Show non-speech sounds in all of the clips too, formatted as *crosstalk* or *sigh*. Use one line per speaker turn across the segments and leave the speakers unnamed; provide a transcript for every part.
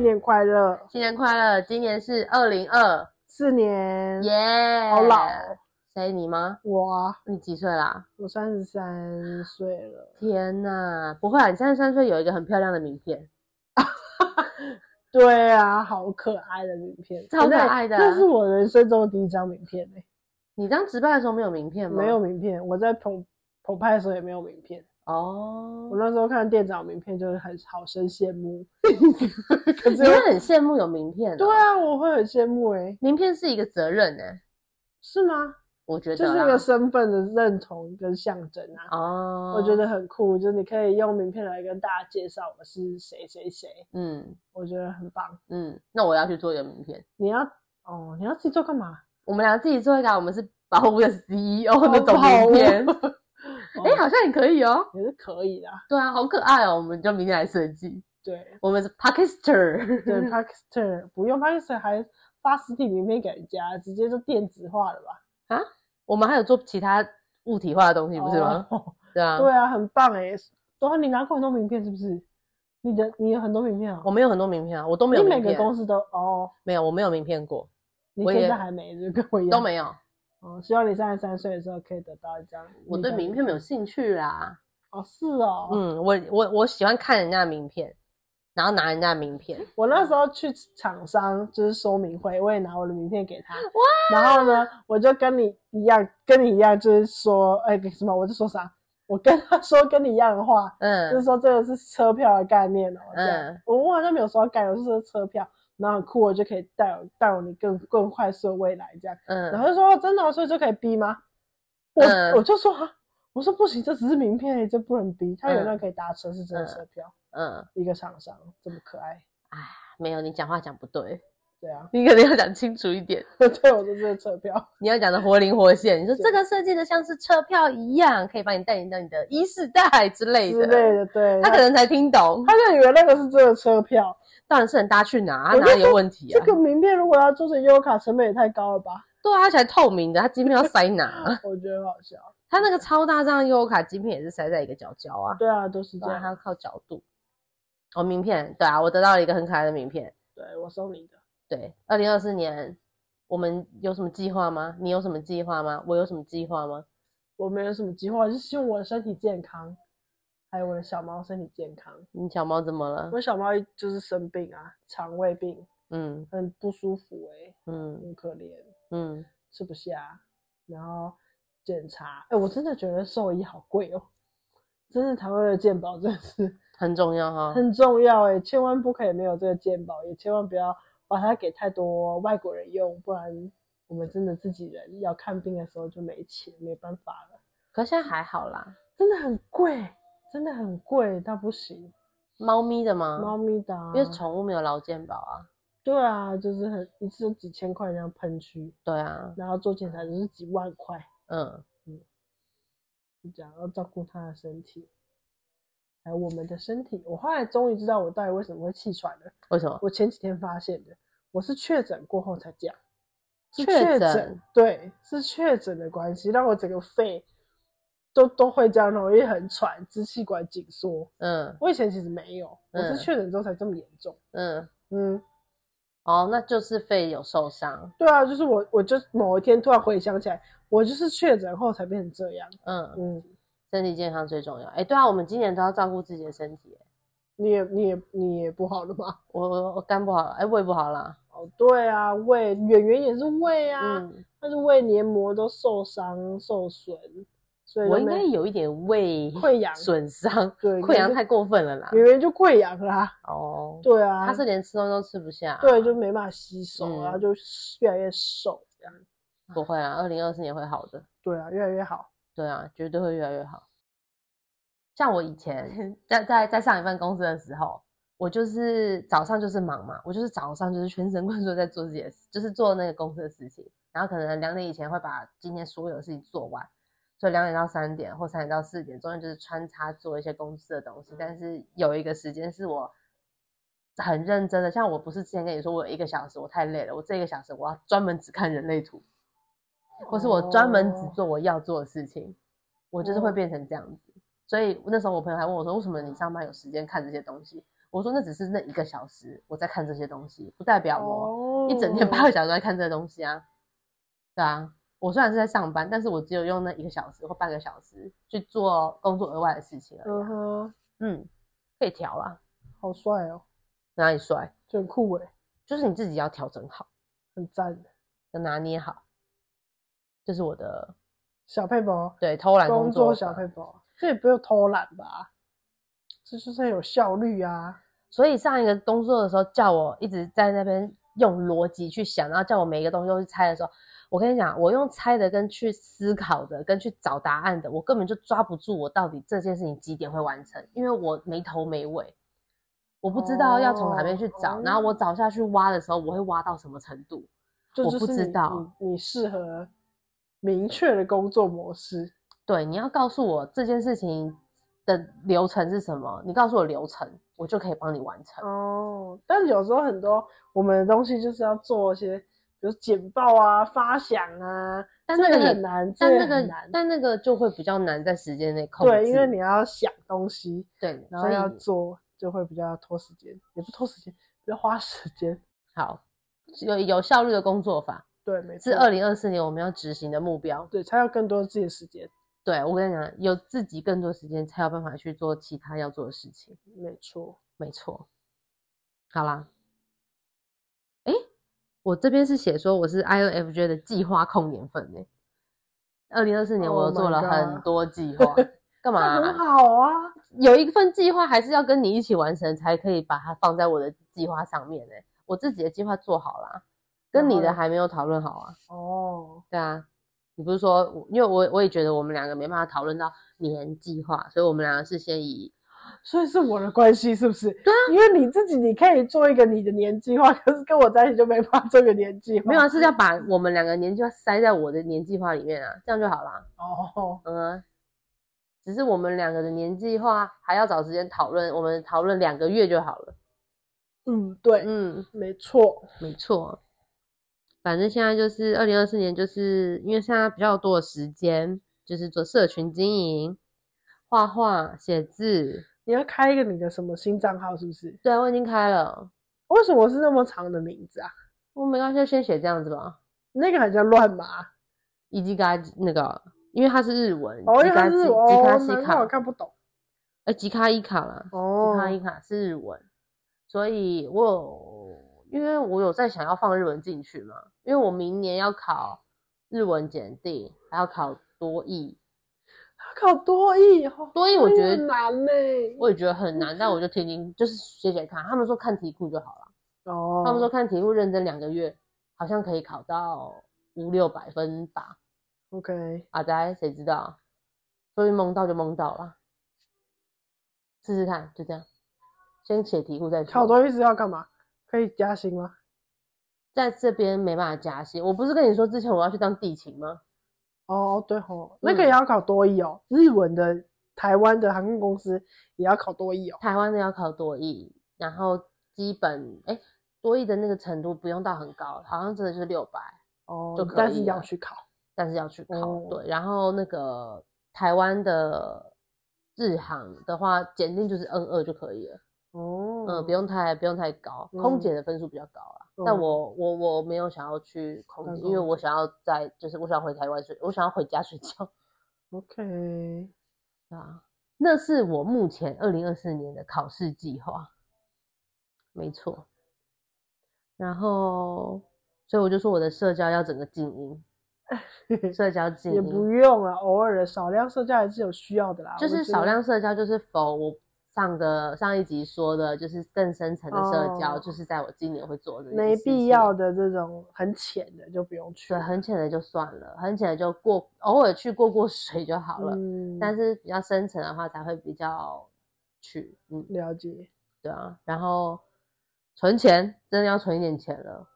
年快乐，
新年快乐！今年是二零二，
四年，
耶！
好老哦
谁你吗？
我啊，
你几岁啦？
我三十三岁了。
天呐，不会啊！你三十三岁有一个很漂亮的名片，
对啊，好可爱的名片，
超可爱的啊
那是我人生中的第一张名片诶、
你当值班的时候没有名片吗？
没有名片，我在澎澎湃的时候也没有名片。
哦
我，那时候看店长名片就是很好生羡慕， *laughs* 可
你
是
会很羡慕有名片、
对，啊，我会很羡慕诶、
名片是一个责任呢、
是吗？
我觉
这
得
是一
啦
个身份的认同跟象征啊，
哦，
我觉得很酷，就是你可以用名片来跟大家介绍我是谁谁谁，
嗯
我觉得很棒。
嗯，那我要去做一个名片。
你要哦，你要自己做干嘛？
我们俩自己做一个，啊我们是宝物的 CEO 那种
好
名片。 *laughs* 哎、
哎呀，
好像也可以哦。
也是可以啦。
对啊，好可爱哦，我们就明天来设计。 *laughs*
对
我们是 Parkister，
对 p a k i s t e r 不用 p a k i s t e r 还发实体名片给人家，直接就电子化了吧？
*laughs* 我们还有做其他物体化的东西，不是吗？
哦？ *laughs*
对啊，
对啊，很棒哎、然后你拿过很多名片是不是？你的你有很多名片啊、
我没有很多名片啊，我都没
你
有
每
名
个
片，
公司都哦，
没有，我没有名片过，
你
我
现
也
在还没，就跟我一样
都没有。
哦，希望你三十三岁的时候可以得到一张。
我对名片没有兴趣啦。
哦，是哦，
嗯，我我我喜欢看人家的名片，然后拿人家的名片。
我那时候去厂商就是说明会，我也拿我的名片给他，然后呢，我就跟你一样，跟你一样，就是说，哎、什么？我就说啥？我跟他 *laughs* 说跟你一样的话，就
嗯，
是说这个是车票的概念哦。这样，
嗯
我我好像没有说概念，我是说车票，然后很酷，我哦就可以带我带我你更更快速的未来这样。然
嗯，
后就说、哦真的哦、所以就可以逼吗？我、
嗯
我就说啊，我说不行，这只是名片而已，这不能逼。他有那可以搭车是真的车票，
嗯，
一个厂商这么可爱，
没有，你讲话讲不对，
对啊，
你可能要讲清楚一点。
对我 *laughs* 就是车票，
你要讲的活灵活现，你说
对
这个设计的像是车票一样，可以把你带领到你的一世代之类的，
之类的，对。
他可能才听懂，
他就以为那个是真的车票，
当然是人大去拿，他
我就
哪里有
说
问题
这
啊？
个名片如果要做成优卡，成本也太高了吧？
对啊，而且还透明的，他晶片要塞
*laughs*
哪？
我觉得很好笑。
他那个超大张的优卡晶片也是塞在一个角角啊，
对啊，都是这
对啊，还
样。
要靠角度。哦，名片，对啊，我得到了一个很可爱的名片。
对我送你的，
对，二零二四年我们有什么计划吗？你有什么计划吗？我有什么计划吗？
我没有什么计划，就是希望我的身体健康，还有我的小猫身体健康。
你小猫怎么了？
我小猫就是生病啊，肠胃病，
嗯
很不舒服哎、
嗯
很可怜，
嗯，
吃不下，然后检查，哎、我真的觉得兽医好贵哦、真的台湾的健保真的是
很重要哈。
很重要哎、千万不可以没有这个健保，也千万不要把它给太多外国人用，不然我们真的自己人要看病的时候就没钱，没办法了，
可现在还好啦。
真的很贵，真的很贵到不行，
猫咪的吗？
猫咪的、啊，
因为宠物没有劳健保啊。
对啊，就是很一次就几千块这样喷去，
对啊，
然后做检查就是几万块，
嗯，
就这样要照顾他的身体，还有我们的身体。我后来终于知道我到底为什么会气喘了，
为什么？
我前几天发现的，我是确诊过后才讲，是
确
确
诊
诊，对，是确诊的关系，让我整个肺都都会这样容易很喘，支气管紧缩。
嗯
我以前其实没有，我
嗯
是确诊之后才这么严重。
嗯，
嗯，
哦，那就是肺有受伤。
对啊，就是我，我就某一天突然回想起来，我就是确诊后才变成这样。
嗯，
嗯，
身体健康最重要。哎，对啊，我们今年都要照顾自己的身体。
你也你也你也不好了吗？ *laughs*
我我我肝不好了，哎，胃不好了。
哦，对啊，胃演员也是胃啊，
嗯，
但是胃黏膜都受伤受损，所以
我
就
应
没
该有一点胃
*laughs* 溃疡
损伤，
对
溃疡太过分了啦。
演员就溃疡啦。
哦，
对啊，
他是连吃东西都吃不下。
对就没办法吸收，
嗯
然后就越来越瘦这样。
不会啊，二零二四年会好的。
对啊，越来越好。
对啊，绝对会越来越好。像我以前在在在上一份公司的时候，我就是早上就是忙嘛，我就是早上就是全神贯注在做自己的事，就是做那个公司的事情，然后可能两点以前会把今天所有的事情做完，所以两点到三点或三点到四点中间就是穿插做一些公司的东西，但是有一个时间是我很认真的，像我不是之前跟你说我有一个小时我太累了，我这一个小时我要专门只看人类图，或是我专门只
哦
做我要做的事情，我就是会
哦
变成这样子。所以那时候我朋友还问我说：“为什么你上班有时间看这些东西？”我说那只是那一个小时我在看这些东西，不代表我
哦
一整天八个小时都在看这些东西啊。对啊，我虽然是在上班，但是我只有用那一个小时或半个小时去做工作额外的事情而已
嗯
啊、
哼，
嗯，可以调啦，
好帅哦，
哪里帅？
就很酷哎，
就是你自己要调整好，
很赞。欸
要拿捏好。这、是我的
小佩宝，
对偷懒
工
工
作
作啊
小佩
法
宝，这也不用偷懒吧？这就是很有效率啊。
所以上一个工作的时候，叫我一直在那边用逻辑去想，然后叫我每一个东西都去猜的时候，我跟你讲，我用猜的跟去思考的跟去找答案的，我根本就抓不住我到底这件事情几点会完成，因为我没头没尾，我不知道要从哪边去找，
哦
然后我找下去挖的时候，我会挖到什么程度？
这
我
就
不
是
知
你
道
你你适合明确的工作模式。
对，你要告诉我这件事情的流程是什么，你告诉我流程，我就可以帮你完成。
哦，但有时候很多我们的东西就是要做一些，比如简报啊、发想啊，
但
这
那个也
很难，
但
这
那
很
个
难。
但那个就会比较难在时间内控制，
对，因为你要想东西，
对，
然后
所以
要做，就会比较拖时间，也不拖时间，比较花时间。
好有有效率的工作法
对，没错。
是二零二四年我们要执行的目标。
对，才有更多自己的时间。
对我跟你讲，有自己更多时间才有办法去做其他要做的事情。
没错，
没错，好啦，诶，我这边是写说我是 INFJ 的计划控年份呢、二零二四年
Oh
我又做
my
了
god
很多计划，干嘛啊、
那很好啊。
有一份计划还是要跟你一起完成，才可以把它放在我的计划上面呢、欸我自己的计划做好啦，跟你
然
的
后呢
还没有讨论好啊。
哦，
对啊，你不是说我，因为我我也觉得我们两个没办法讨论到年计划，所以我们两个是先以
所以是我的关系是不是？对啊，因为你自己你可以做一个你的年计划，可是跟我在一起就没法做个年计划。
没有啊，是要把我们两个年计划塞在我的年计划里面啊，这样就好啦。
哦，
嗯啊、只是我们两个的年计划还要找时间讨论，我们讨论两个月就好了。
嗯，对，
嗯，
没错。
没错。反正现在就是二零二四年，就是因为现在比较多的时间，就是做社群经营、画画、写字。
你要开一个你的什么新账号是不是？
对啊，我已经开了。
为什么是那么长的名字啊？
我没关系，就先写这样子吧。
那个很像乱码
一吉嘎那个，因为它是日文，
哦，因
吉
为它
嘎嗯
是
吉吉
哦
卡，西
难怪我
卡，
看不懂
呃，吉卡伊卡啦，
哦
吉卡伊卡是日文，所以我有，因为我有在想要放日文进去嘛，因为我明年要考日文检定，还要考多译，
靠多译，哦
多译我觉得
很难欸呢。
我也觉得很难，但我就听听，就是写写看。他们说看题库就好了，
哦，
他们说看题库认真两个月，好像可以考到五六百分吧。
OK，
阿呆，谁知道？所以蒙到就蒙到了，试试看，就这样。先写题库再
考
说。
多译是要干嘛？可以加薪吗？
在这边没办法加薪，我不是跟你说之前我要去当地勤吗？
哦，对吼，那个
嗯
也要考多译哦。日文的台湾的航空公司也要考多译哦。
台湾的要考多译，然后基本哎、多译的那个程度不用到很高，好像真的是六百，
哦，
就可
但是
以
要
了
去考。
但是要去考。
哦
对，然后那个台湾的日航的话，检定就是 N 二就可以了。
哦，
嗯，不用太不用太高，空姐的分数比较高啦。但
嗯
我我我没有想要去空
当
姐，因为
空
我想要在就是我想回台湾睡，我想要回家睡觉
OK，
啊。 *laughs* 那是我目前二零二四年的考试计划，没错。然后，所以我就说我的社交要整个静音，社交静
*laughs* 也不
音
用了，偶尔的少量社交还是有需要的啦。
就
我
是
觉
少
得
量社交，就是否我上个上一集说的，就是更深层的社交，
哦
就是在我今年会做的，
没必要的这种很浅的就不用去
对，
了。
很浅的就算了，很浅的就过，偶尔去过过水就好了。
嗯，
但是比较深层的话，才会比较去，嗯，
了解。
对啊。然后存钱，真的要存一点钱了。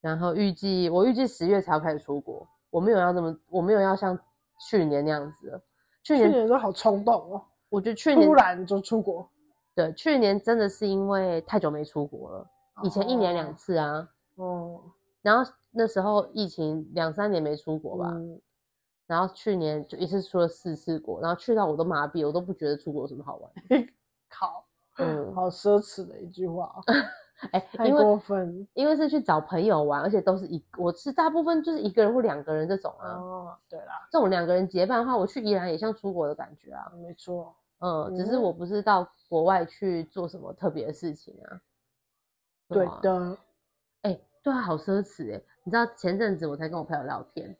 然后预计我预计十月才要开始出国，我没有要这么，我没有要像去年那样子了。去
去
年
年都好冲动哦，
我觉得去年
突然就出国。
对去年真的是因为太久没出国了，以前一年两次啊，
哦，
然后那时候疫情两三年没出国吧，
嗯
然后去年就一次出了四次国，然后去到我都麻痹，我都不觉得出国有什么好玩的。
好， *laughs*
嗯，
好奢侈的一句话哦，
哎、
太
*laughs* 因为
过分
因为是去找朋友玩，而且都是一，我是大部分就是一个人或两个人这种啊。
哦。对啦，
这种两个人结伴的话，我去宜兰也像出国的感觉啊。
没错，
嗯，只是
嗯
我不是到国外去做什么特别的事情啊。
对
啊，
的，
哎、对啊，好奢侈哎、你知道前阵子我才跟我朋友聊天，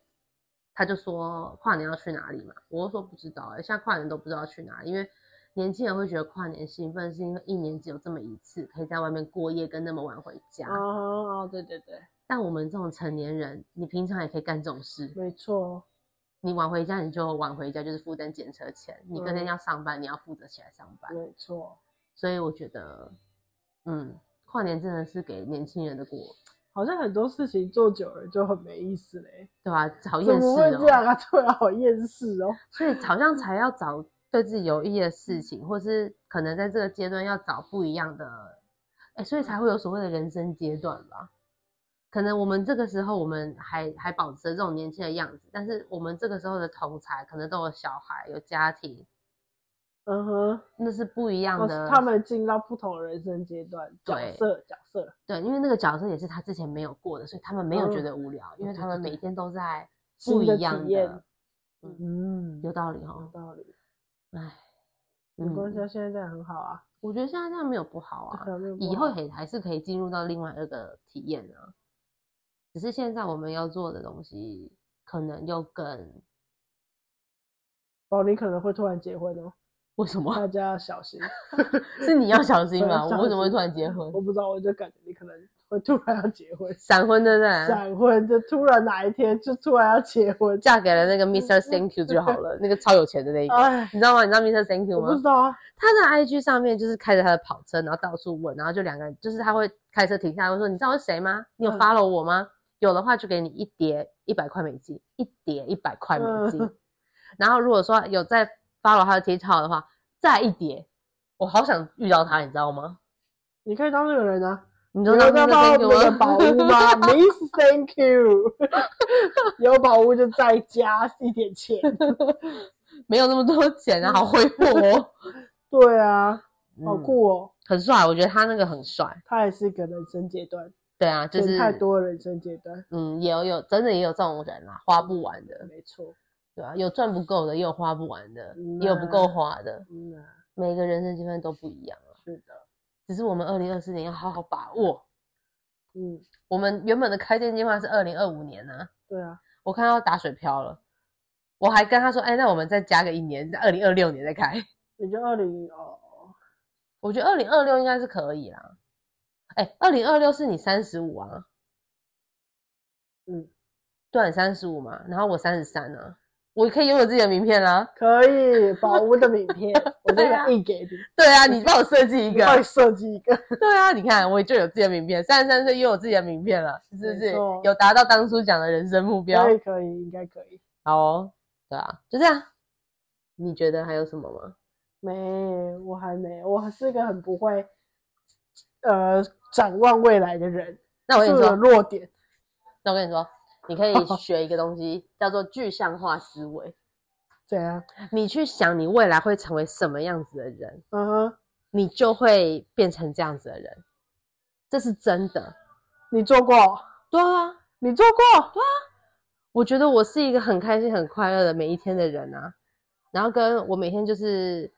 他就说跨年要去哪里嘛？我就说不知道哎、现在跨年都不知道去哪里，因为年轻人会觉得跨年兴奋是因为一年只有这么一次，可以在外面过夜跟那么晚回家。
哦，对对对，
但我们这种成年人，你平常也可以干这种事。
没错，
你晚回家你就晚回家，就是负担检车钱。你隔天
嗯
要上班，你要负责起来上班。
没错，
所以我觉得，嗯，跨年真的是给年轻人的过，
好像很多事情做久了就很没意思嘞，
对吧、好
怎
厌世
么会这
哦。
样啊？ *laughs* 对啊，好厌世哦。
所以好像才要找对自己有益的
嗯
事情，或是可能在这个阶段要找不一样的，哎，所以才会有所谓的人生阶段吧。可能我们这个时候，我们还还保持着这种年轻的样子，但是我们这个时候的同才可能都有小孩、有家庭，
嗯哼，
那是不一样
哦
的。
他们进到不同的人生阶段，角
对
色角色，
对，因为那个角色也是他之前没有过的，所以他们没有觉
嗯
得无聊，因为
对
他
对
们
对
每天都在
新
不一
的体
样
验
的。嗯，
嗯，
有道理
有
哈。
道理。
唉，
没关系
嗯，
啊，现在这样很好啊，
我觉得现在这样没有不好
对
啊，
啊没有不
以后
好
也还是可以进入到另外一个体验啊。只是现在我们要做的东西可能又更
宝哦你可能会突然结婚哦，
为什么？ *laughs*
大家要小心。
是你要小心
对
吧？我为什么会
小
突然结婚？
我不知道，我就感觉你可能会突然要结婚，
*laughs* 闪婚 *laughs* 对不啊对？
闪婚就突然哪一天就突然要结婚，
嫁给了那个 Mr. Thank You 就好了，那个超有钱的那一个，
哎，
你知道吗？你知道 Mr. Thank You
我
吗？
不知道啊，
他的 IG 上面就是开着他的跑车，然后到处问，然后就两个人，就是他会开车停下来，会说：“你知道我是谁吗？你有
嗯
follow 我吗？有的话就给你一叠一百块美金，一叠一百块美金。
嗯
*laughs* 然后如果说有在 follow 他的 TikTok 的话，再一叠。我好想遇到他，你知道吗？
你可以当那个人啊，
你
你
就当那
要当
个
我们的
thank
宝
you
屋吗
*laughs*
？Miss Thank you，有宝屋就再加一点钱，
*laughs* 没有那么多钱啊，好挥霍哦，
对啊，嗯 *laughs* 好
嗯
酷哦，
很帅，我觉得他那个很帅。
它也是一个人生阶段，
对啊，就
钱
是
太，多的人生阶段，
嗯，也有有真的也有这种人啊，花不完的。
没错，
对啊，有赚不够的，也有花不完的，
嗯
也有不够
啊
花的，
嗯啊，
每个人生阶段都不一样啊。
是的，
只是我们二零二四年要好好把握。
嗯，
我们原本的开店计划是二零二五年呢、
对啊，
我看到打水漂了，我还跟他说，哎，那我们再加个一年，二零二六年再开。 *laughs*
也就二零哦，
我觉得二零二六应该是可以啦。哎，二零二六是你三十五啊？
嗯，
对啊，你三十五嘛，然后我三十三啊，我可以拥有自己的名片啊啦。
可以宝屋的名片，我这
对啊
个印给你。
对啊，你帮我设计一
你
个，
帮你设计一个，
对啊，你看，我就有自己的名片，三十三岁又有自己的名片了，是不
没
是
错
有达到当初讲的人生目标
可？以可以，应该可以。
好哦，对啊，就这样。你觉得还有什么吗？
没，我还没，我是个很不会，呃，展望未来的人，
那我跟
是
你
我
说，
的弱点。
那我跟你说，你可以学一个东西，叫做具象化思维。
怎样？
你去想你未来会成为什么样子的人，
嗯哼，
你就会变成这样子的人，这是真的。
你做过？
对啊，
你做过？
我觉得我是一个很开心、很快乐的每一天的人啊。然后跟我每天就是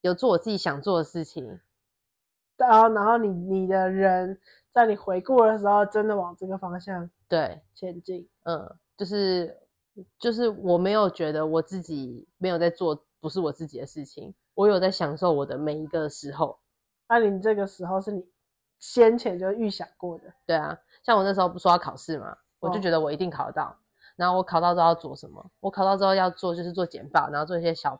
有做我自己想做的事情，
然后，然后你你的人，在你回顾的时候，真的往这个方向
对，
前进。
嗯，就是就是我没有觉得我自己没有在做不是我自己的事情，我有在享受我的每一个时候。
那、你这个时候是你先前就预想过的，
对啊，像我那时候不说要考试嘛，我就
哦
觉得我一定考得到。然后我考到之后要做什么？我考到之后要做就是做简报，然后做一些小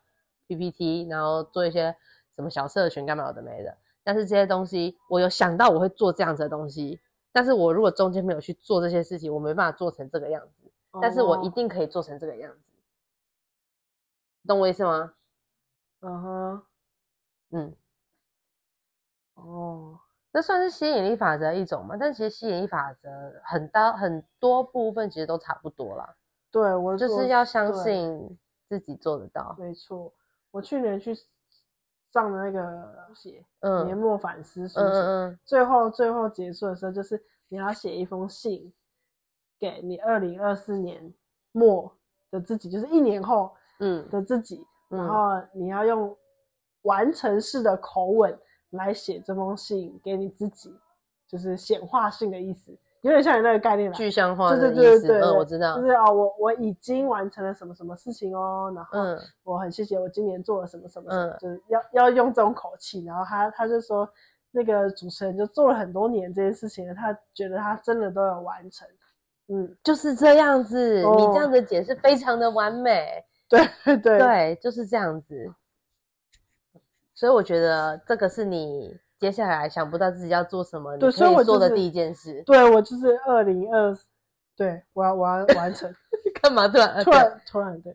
PPT，然后做一些什么小社群干嘛有的没的。但是这些东西我有想到我会做这样子的东西，但是我如果中间没有去做这些事情，我没办法做成这个样子。但是我一
哦，
定可以做成这个样子，懂我意思吗？
嗯哼，
嗯，
哦，
这算是吸引力法则的一种嘛？但其实吸引力法则很大很多部分其实都差不多啦，
对我
就
我
是要相
对
信自己做得到。
没错，我去年去上的那个写
嗯
年末反思书
嗯
写，
嗯
最后最后结束的时候，就是你要写一封信给你二零二四年末的自己，就是一年后
嗯嗯，
的自己，然
嗯
后你要用完成式的口吻来写这封信给你自己，就是显化性的意思，有点像你那个概念吧？
具象化
对
的
对
意
对
思，
对对，
嗯，我知道
就，是哦，我我已经完成了什么什么事情哦，然后
嗯
我很谢谢我今年做了什么什么什么，
嗯
就是要要用这种口气。然后他他就说，那个主持人就做了很多年这件事情了，他觉得他真的都有完成。 *laughs* 嗯，
就是这样子，
哦
你这样的解释非常的完美，
对对
对，就是这样子。所以我觉得这个是你接下来想不到自己要做什么，你
对所
可
以我
以做
就
的
是
第一件事。 *laughs*
对我就是二零二，对我要我要完成，
干嘛突然呃
突然突然对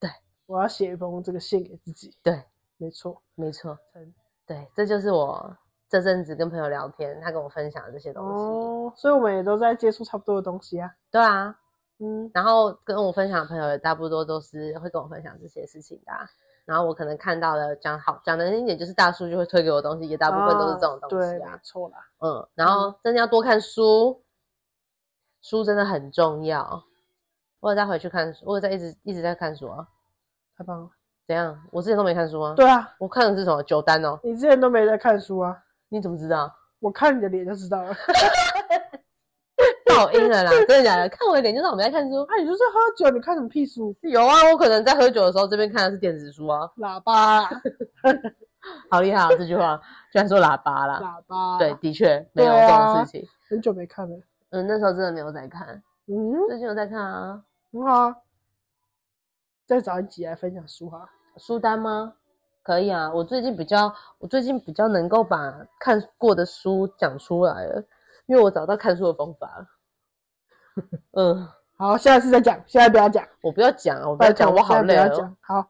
对，
我要写一封这个信给自己，
对，
没错，
没错
成，
对，这就是我这阵子跟朋友聊天，他跟我分享的这些东西。
哦，所以我们也都在接触差不多的东西啊，
对啊，
嗯，
然后跟我分享的朋友也大不多都是会跟我分享这些事情的啊、然后我可能看到了，讲好讲难听一点，就是大数据会推给我的东西，也大部分都是这种东
哦对，
西
没
啊。
错啦，
嗯，然后真的要多看书，书真的很重要。我有再回去看书，我有在一直一直在看书啊。
太棒了，
怎样？我之前都没看书吗？，
对啊，
我看的是什么？九丹哦。
你之前都没在看书啊，
你怎么知道？
我看你的脸就知
*laughs*
道了。啊
爆音了啦！真的假的？看我的脸就知道我没在看书。
啊，你就是喝酒，你看什么屁书？
有啊，我可能在喝酒的时候，这边看的是电子书啊，
喇叭
*laughs*
啊，
好厉害啊！这句话居然说喇叭啦，
喇叭，
对，，的确没有
对
这
啊
种事情。
很久没看了。
嗯，那时候真的没有在看，
嗯，
最近有在看啊，
很好啊。再找一集来分享书哈。
书单吗？可以啊，我最近比较，我最近比较能够把看过的书讲出来了，因为我找到看书的方法了。 *laughs* 嗯，
好，下次再讲，现在不要讲，
我不要讲啊，我不
拜
要
托
讲，我好
现在
累
不要
哦。
讲。好，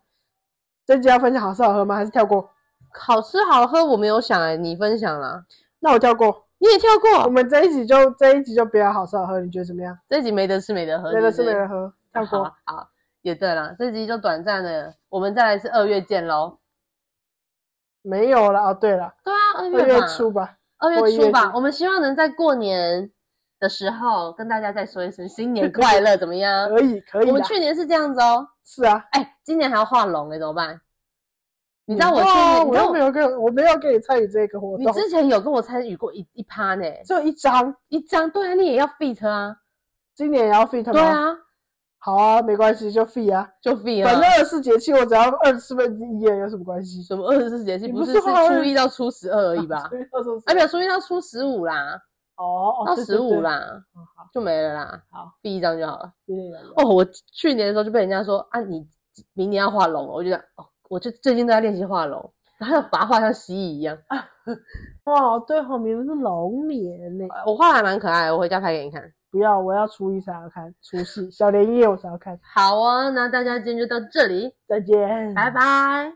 这集要分享好吃好喝吗？还是跳过？
好吃好喝我没有想哎、你分享啦，
那我跳过。
你也跳
我
过，
们这一集就这一集就不要好吃好喝，你觉得怎么样？
这集没得吃没得喝，
没得吃
是不
没
是
得喝，跳过。
好啊好，也对啦，这集就短暂的，我们再来是二月见喽。
没有了哦。对了，
对啊，二
二
月
月
嘛
初，吧。
二
或一
月
月
初吧
底。
我们希望能在过年的时候跟大家再说一声新
*laughs*
年快乐，怎么样？
可以可以
我们
的。
去年是这样子哦，
是啊，
哎，今年还要画龙哎，怎么办？你
你
知道我去年，你
嗯我
知道
又没
我
有跟我没有跟你参与这个活
你
动，
之前有跟我参与过一一趴呢，
只有一张，
一张对啊，你也要 fit 啊，
今年也要 fit 吗？
对啊，
好啊，没关系，就 fee 啊，
就 fit
反
啊
正。二十四节气我只要二十四分之一耶，有什么关系？
什么二十四节气
你
不
不
是
是
是
画二
初一到初十二而已
*laughs*
吧？
所以到时候是
哎，没有，初一到初十五啦，
哦，
到
对
十五，啦。
对对嗯好，
就没了啦。
好，
第一张就好了。
有点难了
哦，我去年的时候就被人家说啊，你明年要画龙哦，我就想哦，我就最近都在练习画龙，然后要把它画像蜥蜴一样。
哇，对吼，明明是龙年呢，
我画得还蛮可爱的，我回家拍给你看。
不要，我要初一才要看，除夕小年夜我才要看，
哦好啊，那大家今天就到这里，
再见，
拜拜。